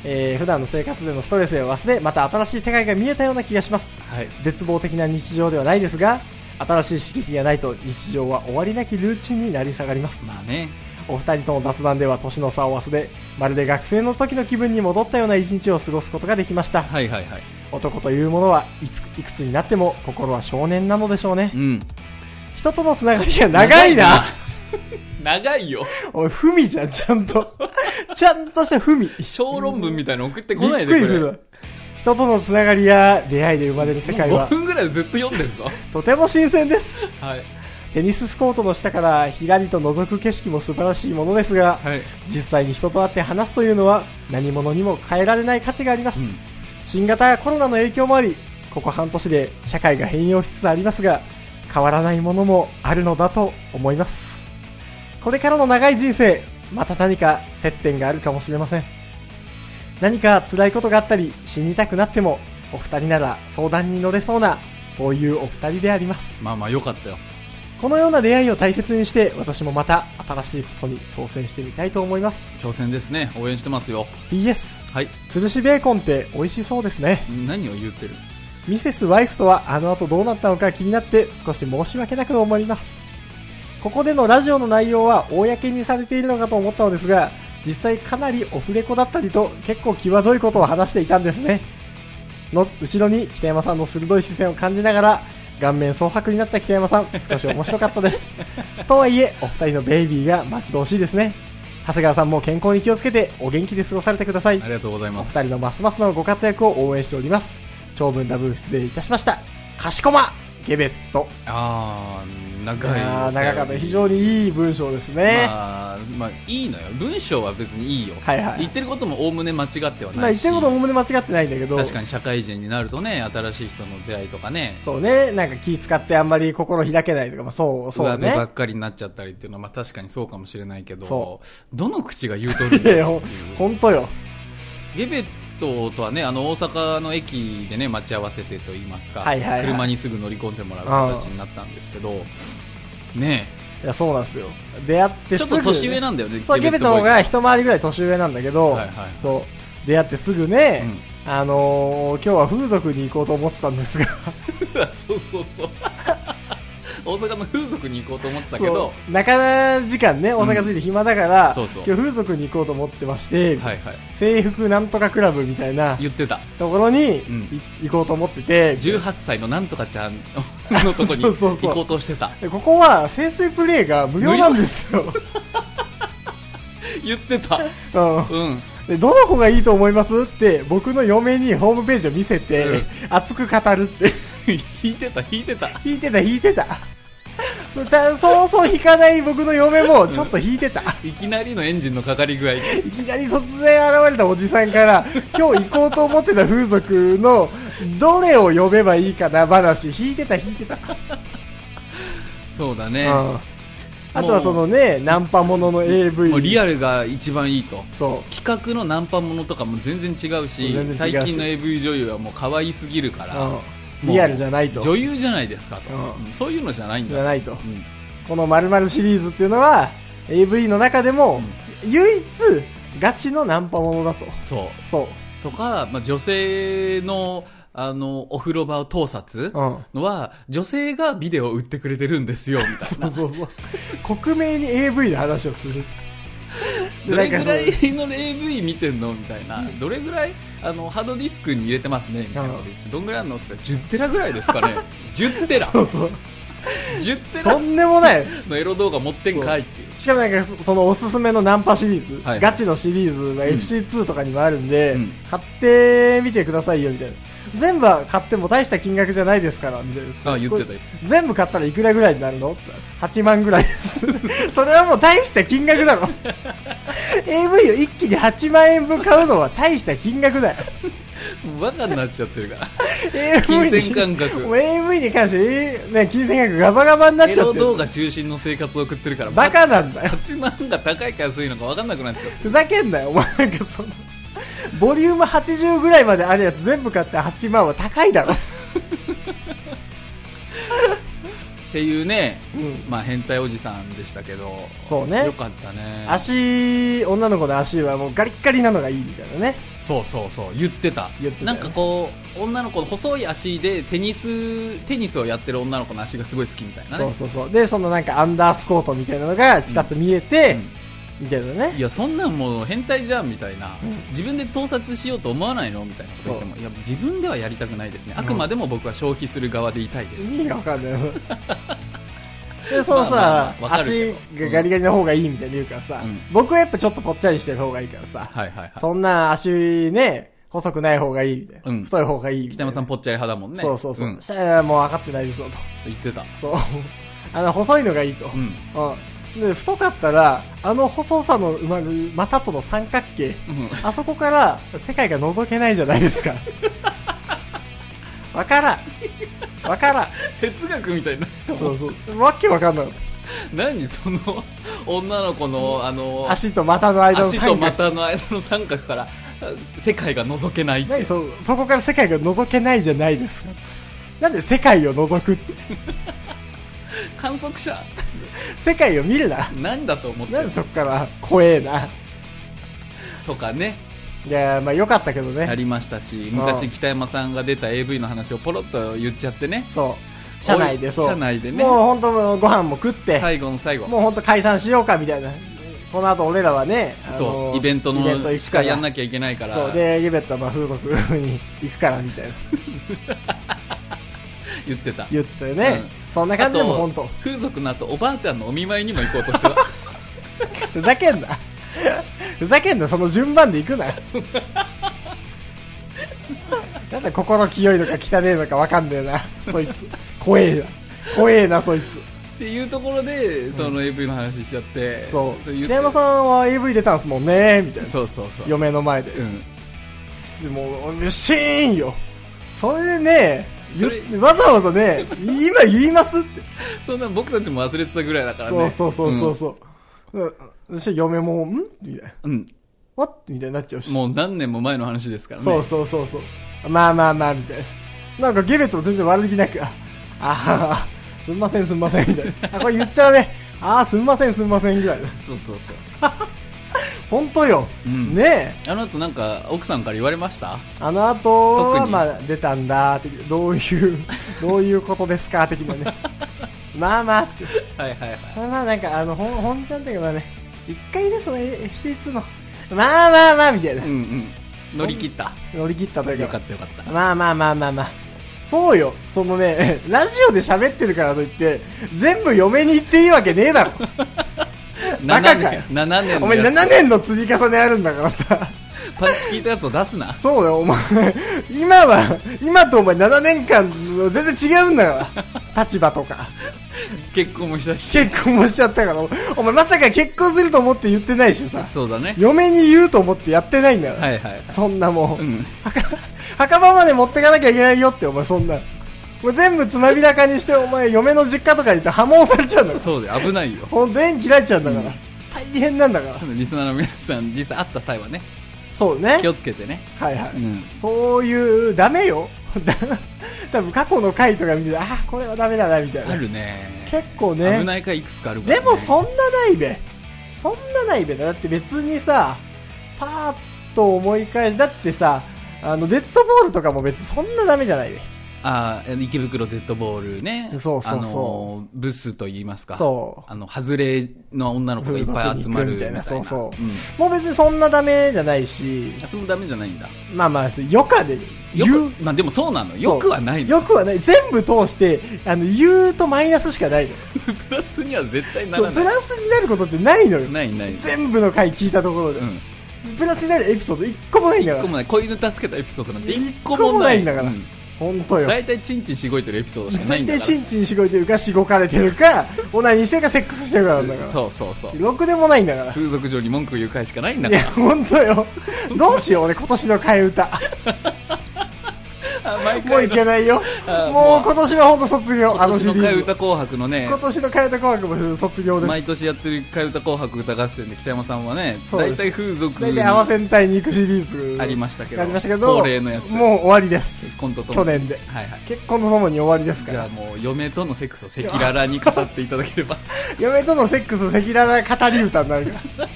Speaker 1: えー普段の生活でのストレスや忘れまた新しい世界が見えたような気がします
Speaker 2: はい
Speaker 1: 絶望的な日常ではないですが新しい刺激がないと日常は終わりなきルーチンになり下がります
Speaker 2: まあね
Speaker 1: お二人との雑談では年の差を忘れまるで学生の時の気分に戻ったような一日を過ごすことができました
Speaker 2: はいはいはい
Speaker 1: 男というものはいついくつになっても心は少年なのでしょうね
Speaker 2: うん
Speaker 1: 人とのつながりが長いな
Speaker 2: 長いよ
Speaker 1: おい、ふみじゃん、ちゃん
Speaker 2: (laughs)
Speaker 1: と。ちゃんとしたふみ。
Speaker 2: 小論文みたいなの送って
Speaker 1: び
Speaker 2: こな
Speaker 1: っ
Speaker 2: い
Speaker 1: く
Speaker 2: で
Speaker 1: り
Speaker 2: く
Speaker 1: す
Speaker 2: れ
Speaker 1: るわ人とのつながりや出会いで生まれる世界
Speaker 2: もう5
Speaker 1: は
Speaker 2: 分ぐらいずっと読んでるぞ
Speaker 1: とても新鮮です
Speaker 2: はい
Speaker 1: テニススコートの下からひらりと覗く景色も素晴らしいものですが、
Speaker 2: はい
Speaker 1: 実際に人と会って話すというのは何者にも変えられない価値があります、
Speaker 2: うん
Speaker 1: 新型コロナの影響もありここ半年で社会が変容しつつありますが変わらないものもあるのだと思いますこれからの長い人生また何か接点があるかもしれません何か辛いことがあったり死にたくなってもお二人なら相談に乗れそうなそういうお二人であります
Speaker 2: まあまあよかったよ
Speaker 1: このような出会いを大切にして私もまた新しいことに挑戦してみたいと思います
Speaker 2: 挑戦ですね応援してますよ
Speaker 1: BS
Speaker 2: はい
Speaker 1: 吊るしベーコンって美味しそうですね
Speaker 2: 何を言ってる
Speaker 1: ミセスワイフとはあの後どうなったのか気になって少し申し訳なく思いますここでのラジオの内容は公にされているのかと思ったのですが実際かなりオフレコだったりと結構際どいことを話していたんですねの後ろに北山さんの鋭い視線を感じながら顔面蒼白になった北山さん少し面白かったですとはいえお二人のベイビーが待ち遠しいですね長谷川さんも健康に気をつけてお元気で過ごされてください
Speaker 2: ありがとうござい
Speaker 1: お
Speaker 2: ます
Speaker 1: 二人のますますのご活躍を応援しております長文ダブル失礼いたしましたかしこまゲベット
Speaker 2: ああ
Speaker 1: い
Speaker 2: 長い
Speaker 1: やー長かった非常
Speaker 2: に
Speaker 1: にいい文章ですね、
Speaker 2: まあ、まあいいのよ文章は別にいいよ、
Speaker 1: はいはい
Speaker 2: 言ってることもおおむね間違っては
Speaker 1: まあ
Speaker 2: な
Speaker 1: 言
Speaker 2: い
Speaker 1: っ
Speaker 2: して
Speaker 1: ることもおおむね間違ってないんだけど
Speaker 2: 確かに社会人になるとね新しい人の出会いとかね
Speaker 1: そうねなんか気使ってあんまり心開けないとか、まあ、そうそう
Speaker 2: 上辺ば
Speaker 1: ね
Speaker 2: っかりになっちゃったりっていうのは、まあ、確かにそうかもしれないけ
Speaker 1: そ
Speaker 2: どどの口が言うとるん
Speaker 1: いや
Speaker 2: だ
Speaker 1: いや
Speaker 2: よ
Speaker 1: ほ
Speaker 2: っていう
Speaker 1: ほんとよ
Speaker 2: ゲベットとはねあの大阪の駅でね待ち合わせてと言いますか、
Speaker 1: はいはいはい
Speaker 2: 車にすぐ乗り込んでもらう形になったんですけどね
Speaker 1: いやそうなんですよ出会っ
Speaker 2: え
Speaker 1: て
Speaker 2: ちょ
Speaker 1: す
Speaker 2: っ
Speaker 1: ぐ、
Speaker 2: と年上なんだよね
Speaker 1: そうゲベットの
Speaker 2: ボー
Speaker 1: 方
Speaker 2: イ
Speaker 1: が一回りぐらい年上なんだけど、
Speaker 2: はいはい
Speaker 1: そう出会ってすぐね、あのー今日は風俗に行こうと思ってたんですが
Speaker 2: そうそうそう (laughs) 大阪の風俗に行こうと思ってたけど
Speaker 1: そ、うなかなか時間ね大阪着いて暇だから、
Speaker 2: んそうそう
Speaker 1: 今日風俗に行こうと思ってまして、
Speaker 2: はいはい。
Speaker 1: 制服なんとかクラブみたいな
Speaker 2: 言ってた。
Speaker 1: ところに、
Speaker 2: うん
Speaker 1: い行こうと思ってて
Speaker 2: 18歳のなんとかちゃんのとこに
Speaker 1: そうそうそう
Speaker 2: 行こうとしてた。
Speaker 1: でここは先制プレイが無料なんですよ、
Speaker 2: 言ってた。
Speaker 1: (laughs) うん、
Speaker 2: うん。
Speaker 1: でどの子がいいと思いますって僕の嫁にホームページを見せて、
Speaker 2: うん
Speaker 1: 熱く語るって
Speaker 2: 引いてた、引いてた。
Speaker 1: 引いてた引いてた (laughs) そうたそうそう引かない僕の嫁もちょっと引いてた、
Speaker 2: いきなりのエンジンのかかり具合で。
Speaker 1: いきなり突然現れたおじさんから今日行こうと思ってた風俗のどれを呼べばいいかな話引いてた引いてた、
Speaker 2: そうだね。
Speaker 1: うんあとはそのねナンパものの AV
Speaker 2: もうリアルが一番いいと。
Speaker 1: そ
Speaker 2: 企画のナンパものとかも全然違う
Speaker 1: 全
Speaker 2: し
Speaker 1: 然違うし
Speaker 2: 最近の AV 女優はもう可愛すぎるか
Speaker 1: う、
Speaker 2: ら、
Speaker 1: うん、リアルじゃないと
Speaker 2: 女優じゃないですかと、
Speaker 1: う
Speaker 2: うんそういうのじゃないん
Speaker 1: じゃ
Speaker 2: だ、
Speaker 1: ないと
Speaker 2: うん
Speaker 1: この〇〇シリーズっていうのは AV の中でも唯一ガチのナンパものだと
Speaker 2: そう
Speaker 1: そ
Speaker 2: とか、まあ、女性のあのお風呂場を盗撮
Speaker 1: ううん
Speaker 2: のは女性がビデオを売ってくれてるんですよみ
Speaker 1: (laughs)
Speaker 2: たい
Speaker 1: そうそうそう克明に AV の話をする
Speaker 2: などれぐら
Speaker 1: なんか
Speaker 2: いの AV 見てんのみたいなどれぐらいあのハードディスクに入れてますねみたいなこと言ってどんぐらいあるのって言ったら10テラぐらいです
Speaker 1: (laughs)
Speaker 2: かね10テラ
Speaker 1: そうそう
Speaker 2: 10テ
Speaker 1: と
Speaker 2: ラ
Speaker 1: んでもない
Speaker 2: のエロ動画持ってんかいっていう
Speaker 1: しかもなんかそそのおすすめのナンパシリーズ、
Speaker 2: はいはい
Speaker 1: ガチのシリーズが
Speaker 2: うん
Speaker 1: FC2 とかにもあるんで、
Speaker 2: うん
Speaker 1: 買ってみてくださいよみたいな全部は買っても大した金額じゃないですからみたいな
Speaker 2: あ言ってた
Speaker 1: これ
Speaker 2: 言っ
Speaker 1: 全部買ったらいくらぐらいになるのって言ったら8万ぐらいです (laughs) それはもう大した金額だ
Speaker 2: (laughs)
Speaker 1: ろ AV を一気に8万円分買うのは大した金額だよ
Speaker 2: バカになっちゃってるから金
Speaker 1: AV に
Speaker 2: 銭感覚
Speaker 1: もう AV に関して、えーね、金銭額ガバガバになっ
Speaker 2: エ
Speaker 1: ちゃ (laughs)
Speaker 2: ロ
Speaker 1: ってる
Speaker 2: 動画中心の生活を送ってるから
Speaker 1: バカなんだよ
Speaker 2: 8万が高いか安いのか分かんなくなっちゃう
Speaker 1: ふざけんなよ、お前なんかその、ボリューム80ぐらいまであるやつ全部買って8万は高いだろ。
Speaker 2: っていうね、
Speaker 1: うん
Speaker 2: まあ変態おじさんでしたけど
Speaker 1: そうね
Speaker 2: よかったね
Speaker 1: 足、女の子の足はもうガリッガリなのがいいみたいなね。
Speaker 2: そうそうそう言ってた
Speaker 1: 言ってたよ
Speaker 2: なん
Speaker 1: ね
Speaker 2: かこう女の子の細い足でテニステニスをやってる女の子の足がすごい好きみたいなね
Speaker 1: そうそうそう。で、そのなんかアンダースコートみたいなのがチカッと見えて、
Speaker 2: うん
Speaker 1: みたいなね。
Speaker 2: いやそんなんもう変態じゃんみたいな、自分で盗撮しようと思わないのみたいなこと言ってもいや自分ではやりたくないですねあくまでも僕は消費する側でいたいです、
Speaker 1: 意味がわかん
Speaker 2: (laughs)
Speaker 1: ないよ。で、そのさ、
Speaker 2: まあまあわかるけ
Speaker 1: 足
Speaker 2: ど
Speaker 1: がガリガリの方がいいみたいな言うからさ、
Speaker 2: うん
Speaker 1: 僕はやっぱちょっとぽっちゃりしてる方がいいからさ、
Speaker 2: はいはいはい
Speaker 1: そんな足ね、細くない方がいいみたいな。
Speaker 2: うん
Speaker 1: 太い方がいいみ
Speaker 2: 北
Speaker 1: たいな。
Speaker 2: 山さんぽっちゃり派だもんね
Speaker 1: そうそうそう。
Speaker 2: ん
Speaker 1: したらもう分かってないですよと。
Speaker 2: 言ってた
Speaker 1: そう。 (laughs) あの、細いのがいいと。う。
Speaker 2: うん (laughs) ん
Speaker 1: で、太かったら、あの細さの埋まる股との三角形、
Speaker 2: うん
Speaker 1: あそこから世界が覗けないじゃないですか。わからん。わからん。
Speaker 2: 哲学みたいになってたも
Speaker 1: そ
Speaker 2: ん
Speaker 1: うそう。わけわかんない。
Speaker 2: 何その女の子のあの
Speaker 1: 足と股の間の
Speaker 2: 足と
Speaker 1: 三角形。
Speaker 2: 股の間の三角からあ世界が覗けないって
Speaker 1: 何そ、そこから世界が覗けないじゃないですか。なんで世界を覗くって、
Speaker 2: 観測者
Speaker 1: 世界を見るな。
Speaker 2: 何だと思って
Speaker 1: なん
Speaker 2: る
Speaker 1: でそこから怖えな。
Speaker 2: とかね
Speaker 1: いやーまあ良かったけどね。
Speaker 2: ありましたし
Speaker 1: ん
Speaker 2: 昔北山さんが出た AV の話をポロッと言っちゃってね
Speaker 1: そう。社内でそう。
Speaker 2: 車内でね
Speaker 1: もう本当ご飯も食って、
Speaker 2: 最後の最後
Speaker 1: もう本当解散しようかみたいな。この後俺らはね、あのー
Speaker 2: そうイベントの
Speaker 1: イベント行
Speaker 2: し
Speaker 1: くか
Speaker 2: からやんなきゃいけないから
Speaker 1: そう。で、イベントはまあ風俗に行くからみたいな。
Speaker 2: 言ってた
Speaker 1: 言ってたよね。
Speaker 2: うん
Speaker 1: そんな感じでも本
Speaker 2: あ
Speaker 1: 当
Speaker 2: と。風俗の後おばあちゃんのお見舞いにも行こうとしてた
Speaker 1: ふざけんな。 (laughs) ふざけんな、その順番で行くな。なんだ心清いのか汚えのかわかんねえな。そいつ。怖えな。怖えな、そいつ。
Speaker 2: っていうところでその AV の話しちゃって
Speaker 1: そう。
Speaker 2: 言って
Speaker 1: 平山さんは AV 出たんですもんね、みたいな。
Speaker 2: そうそうそう
Speaker 1: 嫁の前で。
Speaker 2: うん
Speaker 1: もう、シーンよ。それでね、
Speaker 2: それ
Speaker 1: 言っわざわざ
Speaker 2: (laughs)
Speaker 1: ね、今言いますって。
Speaker 2: そんな僕たちも忘れてたぐらいだから
Speaker 1: そう
Speaker 2: ね。
Speaker 1: そうそうそうそう。うんそして嫁も、んみたいな。
Speaker 2: うん。うん。
Speaker 1: わっみたいになっちゃうし。
Speaker 2: もう何年も前の話ですからね。
Speaker 1: そうそうそうそう。まあまあまあ、みたいな。なんかゲベットも全然悪気なく、ああはは、すんませんすんません、みたいな。あ、これ言っちゃうね。ああ、すんませんすんません、ぐらいな。
Speaker 2: そうそうそう
Speaker 1: ほんとよ。
Speaker 2: うん
Speaker 1: ねえ。
Speaker 2: あの後なんか奥さんから言われました
Speaker 1: あの後
Speaker 2: 特
Speaker 1: は、
Speaker 2: に (laughs)
Speaker 1: まあ、出たんだ、的などういう、どういうことですか、的なね。まあまあって
Speaker 2: はいはいはい
Speaker 1: それまあなんかあのほん本ちゃんというかまあね一回ねその FC2 のまあまあまあみたいな
Speaker 2: うんうん乗り切った
Speaker 1: 乗り切ったという
Speaker 2: よ
Speaker 1: か
Speaker 2: かったよかった
Speaker 1: まあまあまあまあまあそうよそのね (laughs) ラジオで喋ってるからといって全部嫁に言っていいわけねえだろバカかよ
Speaker 2: 7年のやつ
Speaker 1: お前7年の積み重ねあるんだからさ
Speaker 2: パンチ聞いたやつを出すな
Speaker 1: そうよお前今は今とお前7年間全然違うんだから立場とか
Speaker 2: 結婚もしたし
Speaker 1: 結婚もしちゃったからお前まさか結婚すると思って言ってないしさ
Speaker 2: そうだね
Speaker 1: 嫁に言うと思ってやってないんだから、
Speaker 2: はいはい
Speaker 1: そんなもう、
Speaker 2: うん
Speaker 1: 墓墓場まで持ってかなきゃいけないよってお前そんなもう全部つまびらかにしてお前嫁の実家とかに行って破門されちゃうんだから
Speaker 2: そうで危ないよ
Speaker 1: ほんと縁切られちゃうんだから、大変なんだから
Speaker 2: リスナーの皆さん実際会った際はね
Speaker 1: そうね
Speaker 2: 気をつけてね
Speaker 1: はいはい、
Speaker 2: うん
Speaker 1: そういうダメよ (laughs) だ多分過去の回とか見てああこれはダメだなみたい
Speaker 2: あ
Speaker 1: な
Speaker 2: るね
Speaker 1: 結構ね
Speaker 2: 危ないかいくつかあるから、
Speaker 1: で
Speaker 2: ね、
Speaker 1: もそんなないべそんなないべだって別にさパーッと思い返しだってさあのデッドボールとかも別にそんなダメじゃないべ
Speaker 2: あー池袋デッドボールね
Speaker 1: そうそうそう
Speaker 2: あのーブスと言いますか
Speaker 1: そう
Speaker 2: あの外れの女の子がいっぱい集まるみたいな
Speaker 1: そうそう、
Speaker 2: ん
Speaker 1: もう別にそんなダメじゃないし
Speaker 2: あそれもダメじゃないんだ
Speaker 1: まあまあ余暇で
Speaker 2: よ
Speaker 1: 言う
Speaker 2: くまあでもそうなのよくはないの
Speaker 1: よくはない全部通してあの言うとマイナスしかないの
Speaker 2: プラスには絶対な
Speaker 1: そ
Speaker 2: ら
Speaker 1: うプ
Speaker 2: ない
Speaker 1: ラスになることってないのよ
Speaker 2: ないない
Speaker 1: 全部の回聞いたところで、
Speaker 2: うん
Speaker 1: プラスになるエピソード一個もないんだ
Speaker 2: 一
Speaker 1: か
Speaker 2: 個
Speaker 1: ら
Speaker 2: もない子犬助けたエピソードなんて一
Speaker 1: 一
Speaker 2: 個
Speaker 1: 個
Speaker 2: も
Speaker 1: も
Speaker 2: な
Speaker 1: ないいんだから
Speaker 2: うん
Speaker 1: 本当よ
Speaker 2: 大体チンチンしごいてるエピソードしかない
Speaker 1: 大
Speaker 2: んだ
Speaker 1: 体
Speaker 2: か
Speaker 1: チンチンしごいてるかしごかれてるかオナニーしてるかセックスしてるからなんだからら
Speaker 2: そうそうそう
Speaker 1: ろくでもないんだから
Speaker 2: 風俗上に文句言う回しかないんだ
Speaker 1: い
Speaker 2: か
Speaker 1: や本当よどうしよう俺今年の替え歌
Speaker 2: らあ毎
Speaker 1: もうい
Speaker 2: 回の
Speaker 1: けないよ
Speaker 2: あ
Speaker 1: もう今年は本当卒業あ
Speaker 2: 今
Speaker 1: の
Speaker 2: 年
Speaker 1: シリ
Speaker 2: の替え
Speaker 1: ーズ
Speaker 2: 歌紅白のね
Speaker 1: 今年の替え歌紅白も卒業です
Speaker 2: 毎年やってる替え歌紅白歌合戦で北山さんはね
Speaker 1: そうで
Speaker 2: 大
Speaker 1: す
Speaker 2: 体風俗
Speaker 1: 大体合わせん隊に行くシリーズ
Speaker 2: ありましたけど
Speaker 1: ありましたけど
Speaker 2: 恒例のやつ
Speaker 1: もう終わりです
Speaker 2: コントと
Speaker 1: 去年で
Speaker 2: はいはい
Speaker 1: 結婚とともに終わりですか
Speaker 2: じゃ
Speaker 1: ら
Speaker 2: あもう嫁とのセックスを赤裸々に語っていただければ
Speaker 1: 嫁とのセックス赤裸々語り歌になるから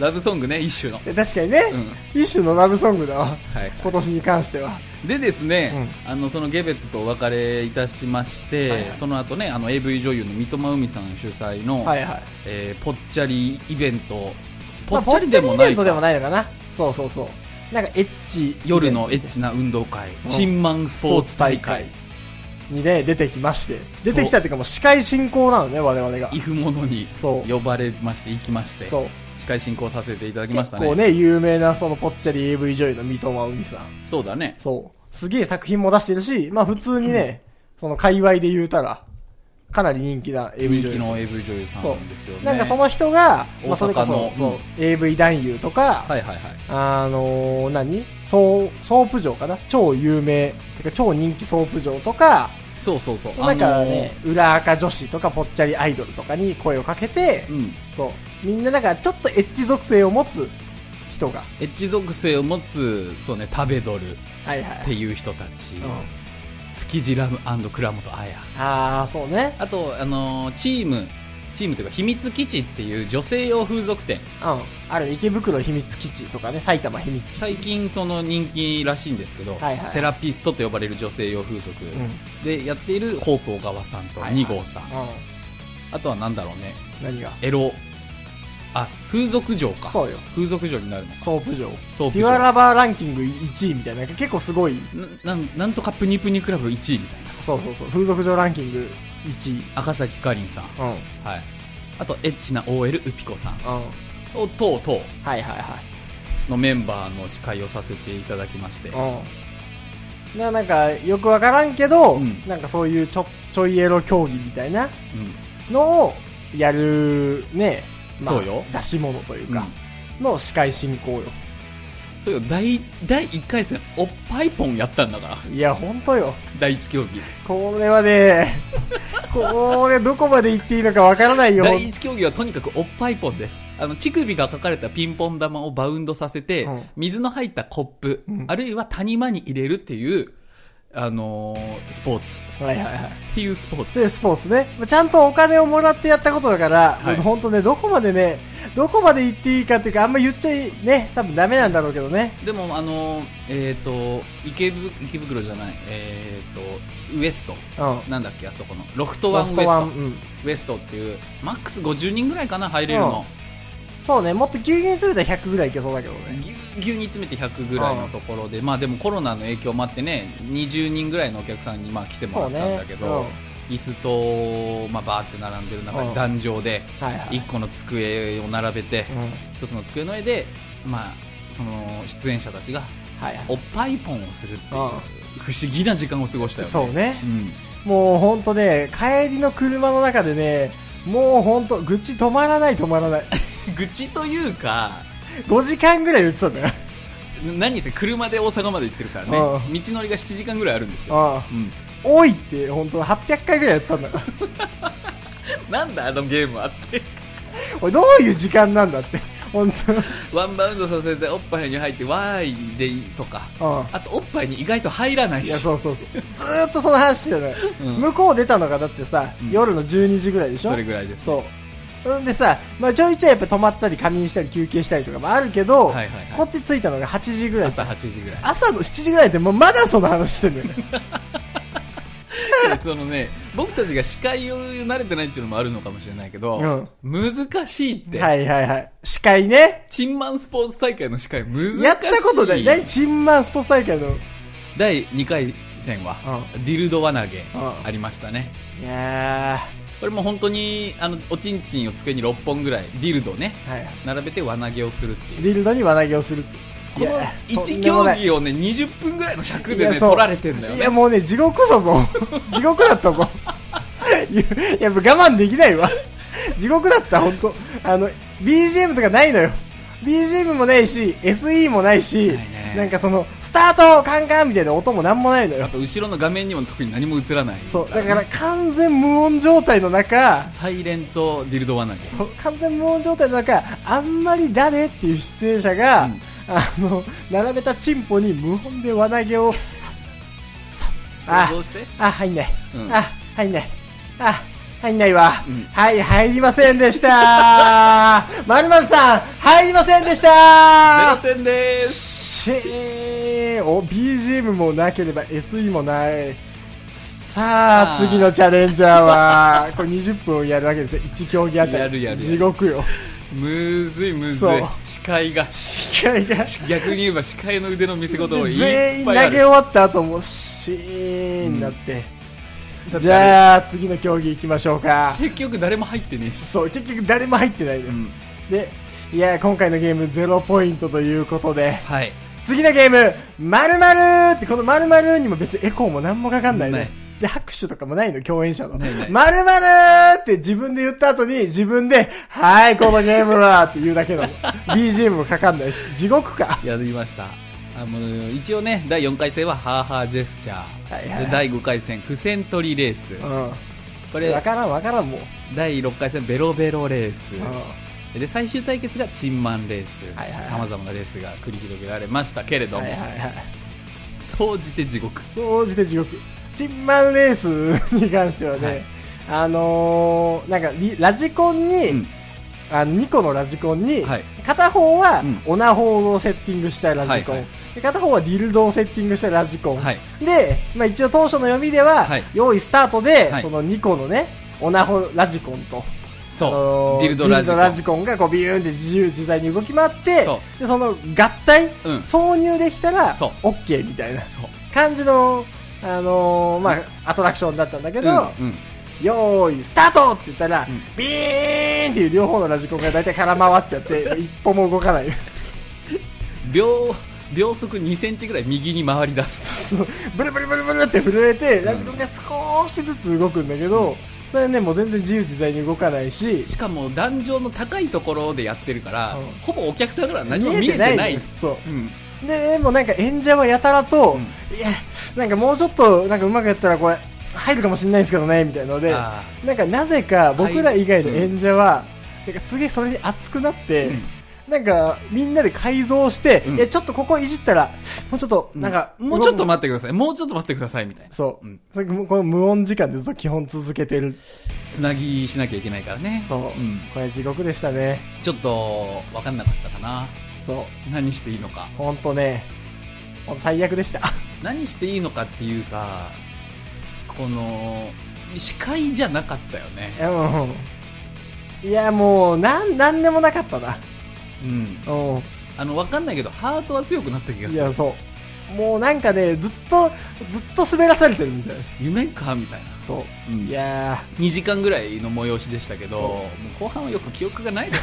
Speaker 2: ラブソングね一種の
Speaker 1: で確かにね、一種のラブソングだわ
Speaker 2: はい
Speaker 1: 今年に関しては
Speaker 2: でですね、あのそのゲベットとお別れいたしまして、
Speaker 1: はいはい
Speaker 2: その後ねあの AV 女優の三笘海さん主催の、
Speaker 1: はいはい
Speaker 2: えーぽっちゃりイベントぽ
Speaker 1: まあ
Speaker 2: っちゃりでもな
Speaker 1: ぽっちゃりイベン
Speaker 2: いか
Speaker 1: トでもないのかなそうそうそうなんかエッチ
Speaker 2: 夜のエッチな運動会
Speaker 1: うん
Speaker 2: チンマンスポーツ大会
Speaker 1: にね出てきまして出てきたっていうかもう司会進行なのね我々が
Speaker 2: イフモノに
Speaker 1: そう
Speaker 2: 呼ばれまして行きまして
Speaker 1: そう
Speaker 2: 司会進行させていただきまし
Speaker 1: 結
Speaker 2: た
Speaker 1: 構
Speaker 2: ね
Speaker 1: ね有名なそのぽっちゃり AV 女優の三笘海さん
Speaker 2: そうだね
Speaker 1: そうすげえ作品も出してるしまあ普通にね、その界隈で言うたらかなり人気な AV 女
Speaker 2: 人
Speaker 1: 優
Speaker 2: 気
Speaker 1: さん
Speaker 2: の AV 女優さ
Speaker 1: そ
Speaker 2: んですよ
Speaker 1: う
Speaker 2: ね
Speaker 1: なんかその人が、ま
Speaker 2: 大阪の
Speaker 1: あ、それこそ
Speaker 2: うん
Speaker 1: そう AV 男優とか、
Speaker 2: はいはいはい
Speaker 1: あのー、何ソーソープ嬢かな超有名、てか超人気ソープ嬢とか、
Speaker 2: そうそうそう
Speaker 1: だからね、裏垢女子とかぽっちゃりアイドルとかに声をかけて
Speaker 2: あ、のーうん
Speaker 1: そう、みんななんかちょっとエッチ属性を持つ人が、
Speaker 2: エッジ属性を持つそうね食べドル
Speaker 1: はいは
Speaker 2: っていう人たち、
Speaker 1: うん、
Speaker 2: 築地ラム倉本綾
Speaker 1: あー、そうね。
Speaker 2: あと、あのーチームチームというか秘密基地っていう女性用風俗店
Speaker 1: うん。ある池袋秘密基地とかね、埼玉秘密基地。
Speaker 2: 最近その人気らしいんですけど、
Speaker 1: はいはい
Speaker 2: セラピストと呼ばれる女性用風俗、
Speaker 1: ん
Speaker 2: でやっている方向川さんと
Speaker 1: はいはい
Speaker 2: 二号さん、
Speaker 1: う
Speaker 2: あとはなんだろうね
Speaker 1: ん。何が
Speaker 2: エロあ風俗嬢か
Speaker 1: そうよ。
Speaker 2: 風俗嬢になるのか
Speaker 1: ソープ嬢。
Speaker 2: ソープ
Speaker 1: ピュアラバーランキング1位みたいな、結構すごい、
Speaker 2: ななんなんとかプニプニクラブ1位みたいな
Speaker 1: そうそうそう、風俗嬢ランキング1位。
Speaker 2: 赤崎かりんさん
Speaker 1: うん。うん。
Speaker 2: はいあとエッチな OL うぴこさんを等々
Speaker 1: はいはいはい。
Speaker 2: のメンバーの司会をさせていただきまして
Speaker 1: うん。ななんか、よくわからんけど、
Speaker 2: うん
Speaker 1: なんかそういうちょ、ちょいエロ競技みたいな
Speaker 2: うん
Speaker 1: のをやる、ね、
Speaker 2: そうよ
Speaker 1: 出し物という
Speaker 2: うん
Speaker 1: か、の司会進行よ。
Speaker 2: そうよ第第1回戦おっぱいポンやったんだから (laughs)
Speaker 1: いや、ほんとよ。
Speaker 2: 第1競技
Speaker 1: これは
Speaker 2: (laughs)
Speaker 1: ね、これどこまで行っていいのかわからないよ。
Speaker 2: 第1競技はとにかくおっぱいポンですあの乳首が書かれたピンポン玉をバウンドさせて、
Speaker 1: うん
Speaker 2: 水の入ったコップ、
Speaker 1: うん
Speaker 2: あるいは谷間に入れるっていうあのースポーツ
Speaker 1: はいはいはい。
Speaker 2: っていうスポー
Speaker 1: で、
Speaker 2: ツ
Speaker 1: スポーツね。まあちゃんとお金をもらってやったことだから、
Speaker 2: はい
Speaker 1: 本当ね、どこまでね、どこまで言っていいかっていうか、あんま言っちゃい、ね、多分ダメなんだろうけどね。
Speaker 2: でもあのーえっ、と池ぶ池袋じゃないえっ、とウエスト
Speaker 1: うん。
Speaker 2: なんだっけあそこのロフトワ
Speaker 1: ロ
Speaker 2: ンウエ
Speaker 1: フト
Speaker 2: スト
Speaker 1: ワン、うん。
Speaker 2: ウエストっていうマックス50人ぐらいかな入れるの、
Speaker 1: そうね、もっとぎゅうぎゅうに詰めたら100ぐらいいけそうだけどね。
Speaker 2: ぎゅうぎゅうに詰めて100ぐらいのところで、まあでもコロナの影響もあってね20人ぐらいのお客さんにまあ来ても
Speaker 1: そ
Speaker 2: らっ
Speaker 1: う
Speaker 2: たん
Speaker 1: ね
Speaker 2: だけ。
Speaker 1: う
Speaker 2: ど、
Speaker 1: ん。は
Speaker 2: 椅子と、まあ、バーって並んでる中
Speaker 1: う
Speaker 2: に
Speaker 1: ん
Speaker 2: 壇上で
Speaker 1: いはい。
Speaker 2: 1個の机を並べて
Speaker 1: うん。はい
Speaker 2: 1つの机の上で、まあ、その出演者たちが
Speaker 1: はい。
Speaker 2: おっぱいポンをするっていう不
Speaker 1: うん
Speaker 2: 思議な時間を過ごしたよね。
Speaker 1: そうね
Speaker 2: う。ん
Speaker 1: もうほんとね、帰りの車の中でね、もうほんと、愚痴止まらない止まらない。 (laughs)
Speaker 2: 愚痴というか
Speaker 1: 5時間ぐらい言ってたんだよ。
Speaker 2: 何せ車で大阪まで行ってるからね道
Speaker 1: う
Speaker 2: のりが7時間ぐらいあるんですよ、
Speaker 1: ああ。
Speaker 2: うん、
Speaker 1: おいって、ほんと800回ぐらいやったんだよ。 (laughs)
Speaker 2: なんだあのゲームあって
Speaker 1: おい、どういう時間なんだって。 (laughs) ほんと。
Speaker 2: ワンバウンドさせておっぱいに入ってワーイでいいとか
Speaker 1: うん。
Speaker 2: あとおっぱいに意外と入らない
Speaker 1: い
Speaker 2: し
Speaker 1: や、そうそうそう。ずーっとその話してたのよ。
Speaker 2: うん
Speaker 1: 向こう出たのがだってさ、
Speaker 2: うん
Speaker 1: 夜の12時ぐらいでしょ
Speaker 2: それぐらいですね、
Speaker 1: そう。んでさ、まあちょいちょいやっぱ泊まったり仮眠したり休憩したりとかもあるけど、
Speaker 2: はいはいはい
Speaker 1: こっち着いたのが8時ぐらい
Speaker 2: 朝
Speaker 1: さ、
Speaker 2: 8時ぐらい
Speaker 1: 朝の7時ぐらいってもうまだその話してん
Speaker 2: (laughs)
Speaker 1: のよ。
Speaker 2: でそのね僕たちが司会を慣れてないっていうのもあるのかもしれないけど、難しいって、
Speaker 1: はいはいはい。司会ね。
Speaker 2: チンマンスポーツ大会の司会難しい
Speaker 1: やったことない。何チンマンスポーツ大会の。
Speaker 2: 第2回戦は、ディルド輪投げありましたね、
Speaker 1: いや
Speaker 2: これも本当にあのおちんちんを机に6本ぐらいディルドね
Speaker 1: ー。はい。
Speaker 2: 並べて輪投げをするっていう
Speaker 1: リルドに輪投げをするって。
Speaker 2: この
Speaker 1: いやーと
Speaker 2: 1
Speaker 1: んでも
Speaker 2: 競
Speaker 1: ない
Speaker 2: 技をね20分ぐらいの尺
Speaker 1: い
Speaker 2: で
Speaker 1: や
Speaker 2: ね
Speaker 1: そう
Speaker 2: 取られてんだよ
Speaker 1: いや
Speaker 2: ね
Speaker 1: もうね、地獄だ
Speaker 2: (laughs)
Speaker 1: ぞ。地獄だったぞ。いやいや、もう我慢できないわ。地獄だった、ほんと。あの、BGM とかないのよ。BGM もないし、SE もないし、
Speaker 2: ないね
Speaker 1: なんかその、スタートカンカンみたいな音もなんもないの
Speaker 2: あ
Speaker 1: よ。
Speaker 2: と後ろの画面にも特に何も映らない
Speaker 1: そう、だから完全無音状態の中、
Speaker 2: サイレントディルド輪投げ
Speaker 1: そう完全無音状態の中、あんまり誰っていう出演者が、
Speaker 2: うん
Speaker 1: あの、並べたチンポに無音で輪投げを、あ
Speaker 2: 想像して
Speaker 1: あ、入んない。
Speaker 2: うん
Speaker 1: あ、入んない。あ、入んないわ。
Speaker 2: うん
Speaker 1: はい、入りませんでした (laughs) ー。まるまるさん、入りませんでした
Speaker 2: 0
Speaker 1: ー。
Speaker 2: 点です
Speaker 1: しーお、BGM もなければ SE もない。さあ、
Speaker 2: さあ
Speaker 1: 次のチャレンジャーは、これ20分やるわけですよ。1競技あたり。
Speaker 2: やるやるや
Speaker 1: 地
Speaker 2: る
Speaker 1: 獄よ。
Speaker 2: むずいむず
Speaker 1: そう
Speaker 2: い視界が
Speaker 1: 視界が。
Speaker 2: 逆に言えば視界の腕の見せ事を
Speaker 1: 全
Speaker 2: い
Speaker 1: 員
Speaker 2: っ
Speaker 1: 投
Speaker 2: ぱい
Speaker 1: げ終
Speaker 2: ある
Speaker 1: わった後も、シーンになって。
Speaker 2: だってあれ
Speaker 1: じゃあ、次の競技行きましょうか。
Speaker 2: 結局誰も入ってねえし、
Speaker 1: そう、結局誰も入ってないのよ、
Speaker 2: うん
Speaker 1: で、いや、今回のゲーム0ポイントということで、
Speaker 2: はい
Speaker 1: 次のゲーム、まるまるって、このまるまるにも別にエコーも何もかかんないの、
Speaker 2: ない
Speaker 1: で、拍手とかもないの、共演者の。
Speaker 2: ないない
Speaker 1: まるまるって自分で言った後に、自分で、はい、このゲームはって言うだけ
Speaker 2: (laughs)
Speaker 1: なの。BGM もかかんないし、地獄か。
Speaker 2: やりましたあの一応ね第4回戦はハーハージェスチャー、
Speaker 1: はいはい
Speaker 2: で第5回戦付箋取りレース
Speaker 1: う
Speaker 2: こ
Speaker 1: ん。わ
Speaker 2: れ
Speaker 1: からんわからん、もう。
Speaker 2: 第6回戦ベロベロレース
Speaker 1: うん。
Speaker 2: で最終対決がチンマンレース
Speaker 1: はいはいはい
Speaker 2: さまざまなレースが繰り広げられましたけれど
Speaker 1: はい
Speaker 2: も
Speaker 1: はいはい。
Speaker 2: 総じて地獄
Speaker 1: 総じて地獄。チンマンレースに関してはね、
Speaker 2: はい
Speaker 1: あのー、なんかリ、ラジコンに、
Speaker 2: うん
Speaker 1: あの2個のラジコンに、
Speaker 2: はい
Speaker 1: 片方は
Speaker 2: うん
Speaker 1: オナホをセッティングしたラジコン、
Speaker 2: はいは
Speaker 1: で片方はディルドをセッティングしたラジコン、
Speaker 2: はい
Speaker 1: で、まあ、一応当初の読みでは、
Speaker 2: はい
Speaker 1: 用意スタートで、
Speaker 2: はい
Speaker 1: その2個のねオナホラジコンとあ
Speaker 2: そ
Speaker 1: の
Speaker 2: う
Speaker 1: ー
Speaker 2: ディルドラジコン
Speaker 1: がこうビューンって自由自在に動き回って
Speaker 2: そ
Speaker 1: でその合体、
Speaker 2: うん
Speaker 1: 挿入できたら
Speaker 2: そう
Speaker 1: OK みたいな
Speaker 2: そう
Speaker 1: 感じの、あのーまあ、アトラクションだったんだけど、
Speaker 2: うんうん
Speaker 1: よーい、スタートって言ったら、
Speaker 2: ん
Speaker 1: ビーンっていう両方のラジコンが大体空回っちゃって、一歩も動かない。 (laughs)
Speaker 2: 秒秒速2センチぐらい右に回り出す
Speaker 1: ブルブルブルブルって震えて、ラジコンが少しずつ動くんだけど、それね、もう全然自由自在に動かないし、
Speaker 2: しかも壇上の高いところでやってるから、
Speaker 1: うん
Speaker 2: ほぼお客さんからは何も見えてない
Speaker 1: のよそう。
Speaker 2: うん、
Speaker 1: で、でもなんか演者はやたらと、いや、なんかもうちょっと、なんかうまくやったらこれ、入るかもしれないんですけどね、みたいので、
Speaker 2: あ
Speaker 1: なんかなぜか僕ら以外の演者は、なんかすげえそれに熱くなって、
Speaker 2: うん
Speaker 1: なんか、みんなで改造して、
Speaker 2: うん
Speaker 1: いや、ちょっとここいじったら、もうちょっと、なんか、
Speaker 2: もうちょっと
Speaker 1: ま
Speaker 2: 待ってください。もうちょっと待ってください、みたいな。
Speaker 1: そう。
Speaker 2: うん
Speaker 1: それこの無音時間でずっと基本続けてる。
Speaker 2: つなぎしなきゃいけないからね。
Speaker 1: そう。
Speaker 2: ん。
Speaker 1: これ地獄でしたね。
Speaker 2: ちょっと、わかんなかったかな。
Speaker 1: そう。
Speaker 2: 何していいのか。
Speaker 1: ほんとね、ほんと最悪でした。 (laughs)
Speaker 2: 何していいのかっていうか、この、司会じゃなかったよ
Speaker 1: い
Speaker 2: ね。
Speaker 1: や、もう、いや、もう、なん、なんでもなかったな。
Speaker 2: うん。
Speaker 1: うん。
Speaker 2: あの、わかんないけど、ハートは強くなった気が
Speaker 1: い
Speaker 2: する。
Speaker 1: や、そう。もうなんかね、ずっと、ずっと滑らされてるみたいな。
Speaker 2: 夢かみたいな。
Speaker 1: そう。
Speaker 2: うん
Speaker 1: いや
Speaker 2: 2時間ぐらいの催しでしたけど、
Speaker 1: そう
Speaker 2: もう後半はよく記憶がないです。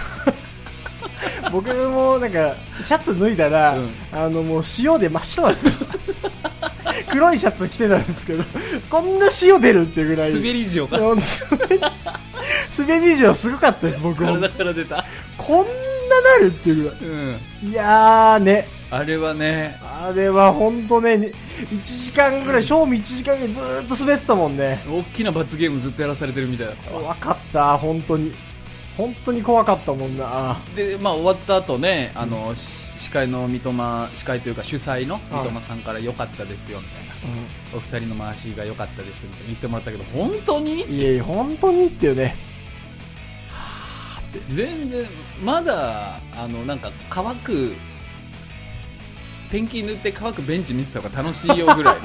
Speaker 1: ー、 (laughs) 僕もなんか、シャツ脱いだら、
Speaker 2: うん
Speaker 1: あの、もう塩で真っ白になってました。 (laughs) 黒いシャツ着てたんですけど、こんな塩出るっていうぐらい。
Speaker 2: 滑り塩が
Speaker 1: うん滑り滑り塩すごかったです、僕も。
Speaker 2: 体から出た。
Speaker 1: こんななるっていうぐら
Speaker 2: うん。
Speaker 1: い。いやーね、
Speaker 2: あれはね、
Speaker 1: あれは本当ね、1時間ぐらい、正味1時間ぐらいずーっと滑ってたもんね。
Speaker 2: 大きな罰ゲームずっとやらされてるみたいだったわ
Speaker 1: 怖かった、本当に。本当に怖かったもんな。
Speaker 2: で、まあ、終わった後ね、あの、し司会の三笘、司会というか主催の三笘さんから良かったですよ、みたいな。お二人の回しが良かったです、みたいな言ってもらったけど、本当に
Speaker 1: いえいえ、本当にっていうね。
Speaker 2: 全然、まだ、あの、なんか乾く、ペンキ塗って乾くベンチ見てた方が楽しいよ
Speaker 1: (laughs)
Speaker 2: ぐらい。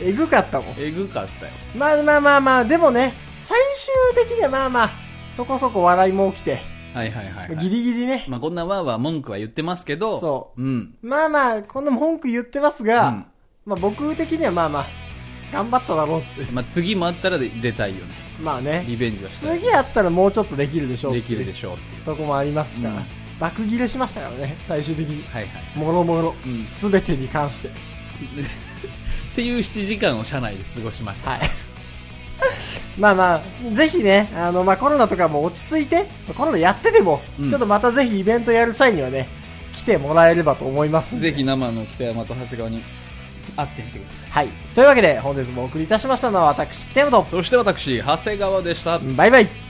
Speaker 1: えぐかったもん。
Speaker 2: えぐかったよ。
Speaker 1: まあまあまあまあ、でもね、最終的にはまあまあ、そこそこ笑いも起きて、
Speaker 2: はいはいはい、はい。
Speaker 1: ギリギリね。
Speaker 2: まあ、こんなわーわー文句は言ってますけど、。
Speaker 1: そう
Speaker 2: うん。
Speaker 1: まあまあ、こんな文句言ってますが、
Speaker 2: うん
Speaker 1: まあ僕的にはまあまあ、頑張っただろうって。
Speaker 2: まあ、次もあったらで出たいよね。
Speaker 1: まあね、
Speaker 2: リベンジはしたい。
Speaker 1: 次やったらもうちょっとできるでしょう
Speaker 2: できるで
Speaker 1: し
Speaker 2: しょうっていう。
Speaker 1: とこもありますから、
Speaker 2: うん
Speaker 1: 爆切れしましたからね、最終的に。
Speaker 2: はいはい。
Speaker 1: もろもろ
Speaker 2: うん、
Speaker 1: すべてに関して。
Speaker 2: っていう7時間を車内で過ごしました。
Speaker 1: はい。 (laughs) まあまあ、ぜひね、あの、まあコロナとかも落ち着いて、コロナやってても、
Speaker 2: うん
Speaker 1: ちょっとまたぜひイベントやる際にはね、来てもらえればと思いますんで
Speaker 2: ぜひ生の北山と長谷川に会ってみてください。
Speaker 1: はい。というわけで、本日もお送りいたしましたのは私、北山と、
Speaker 2: そして私、長谷川でした。
Speaker 1: バイバイ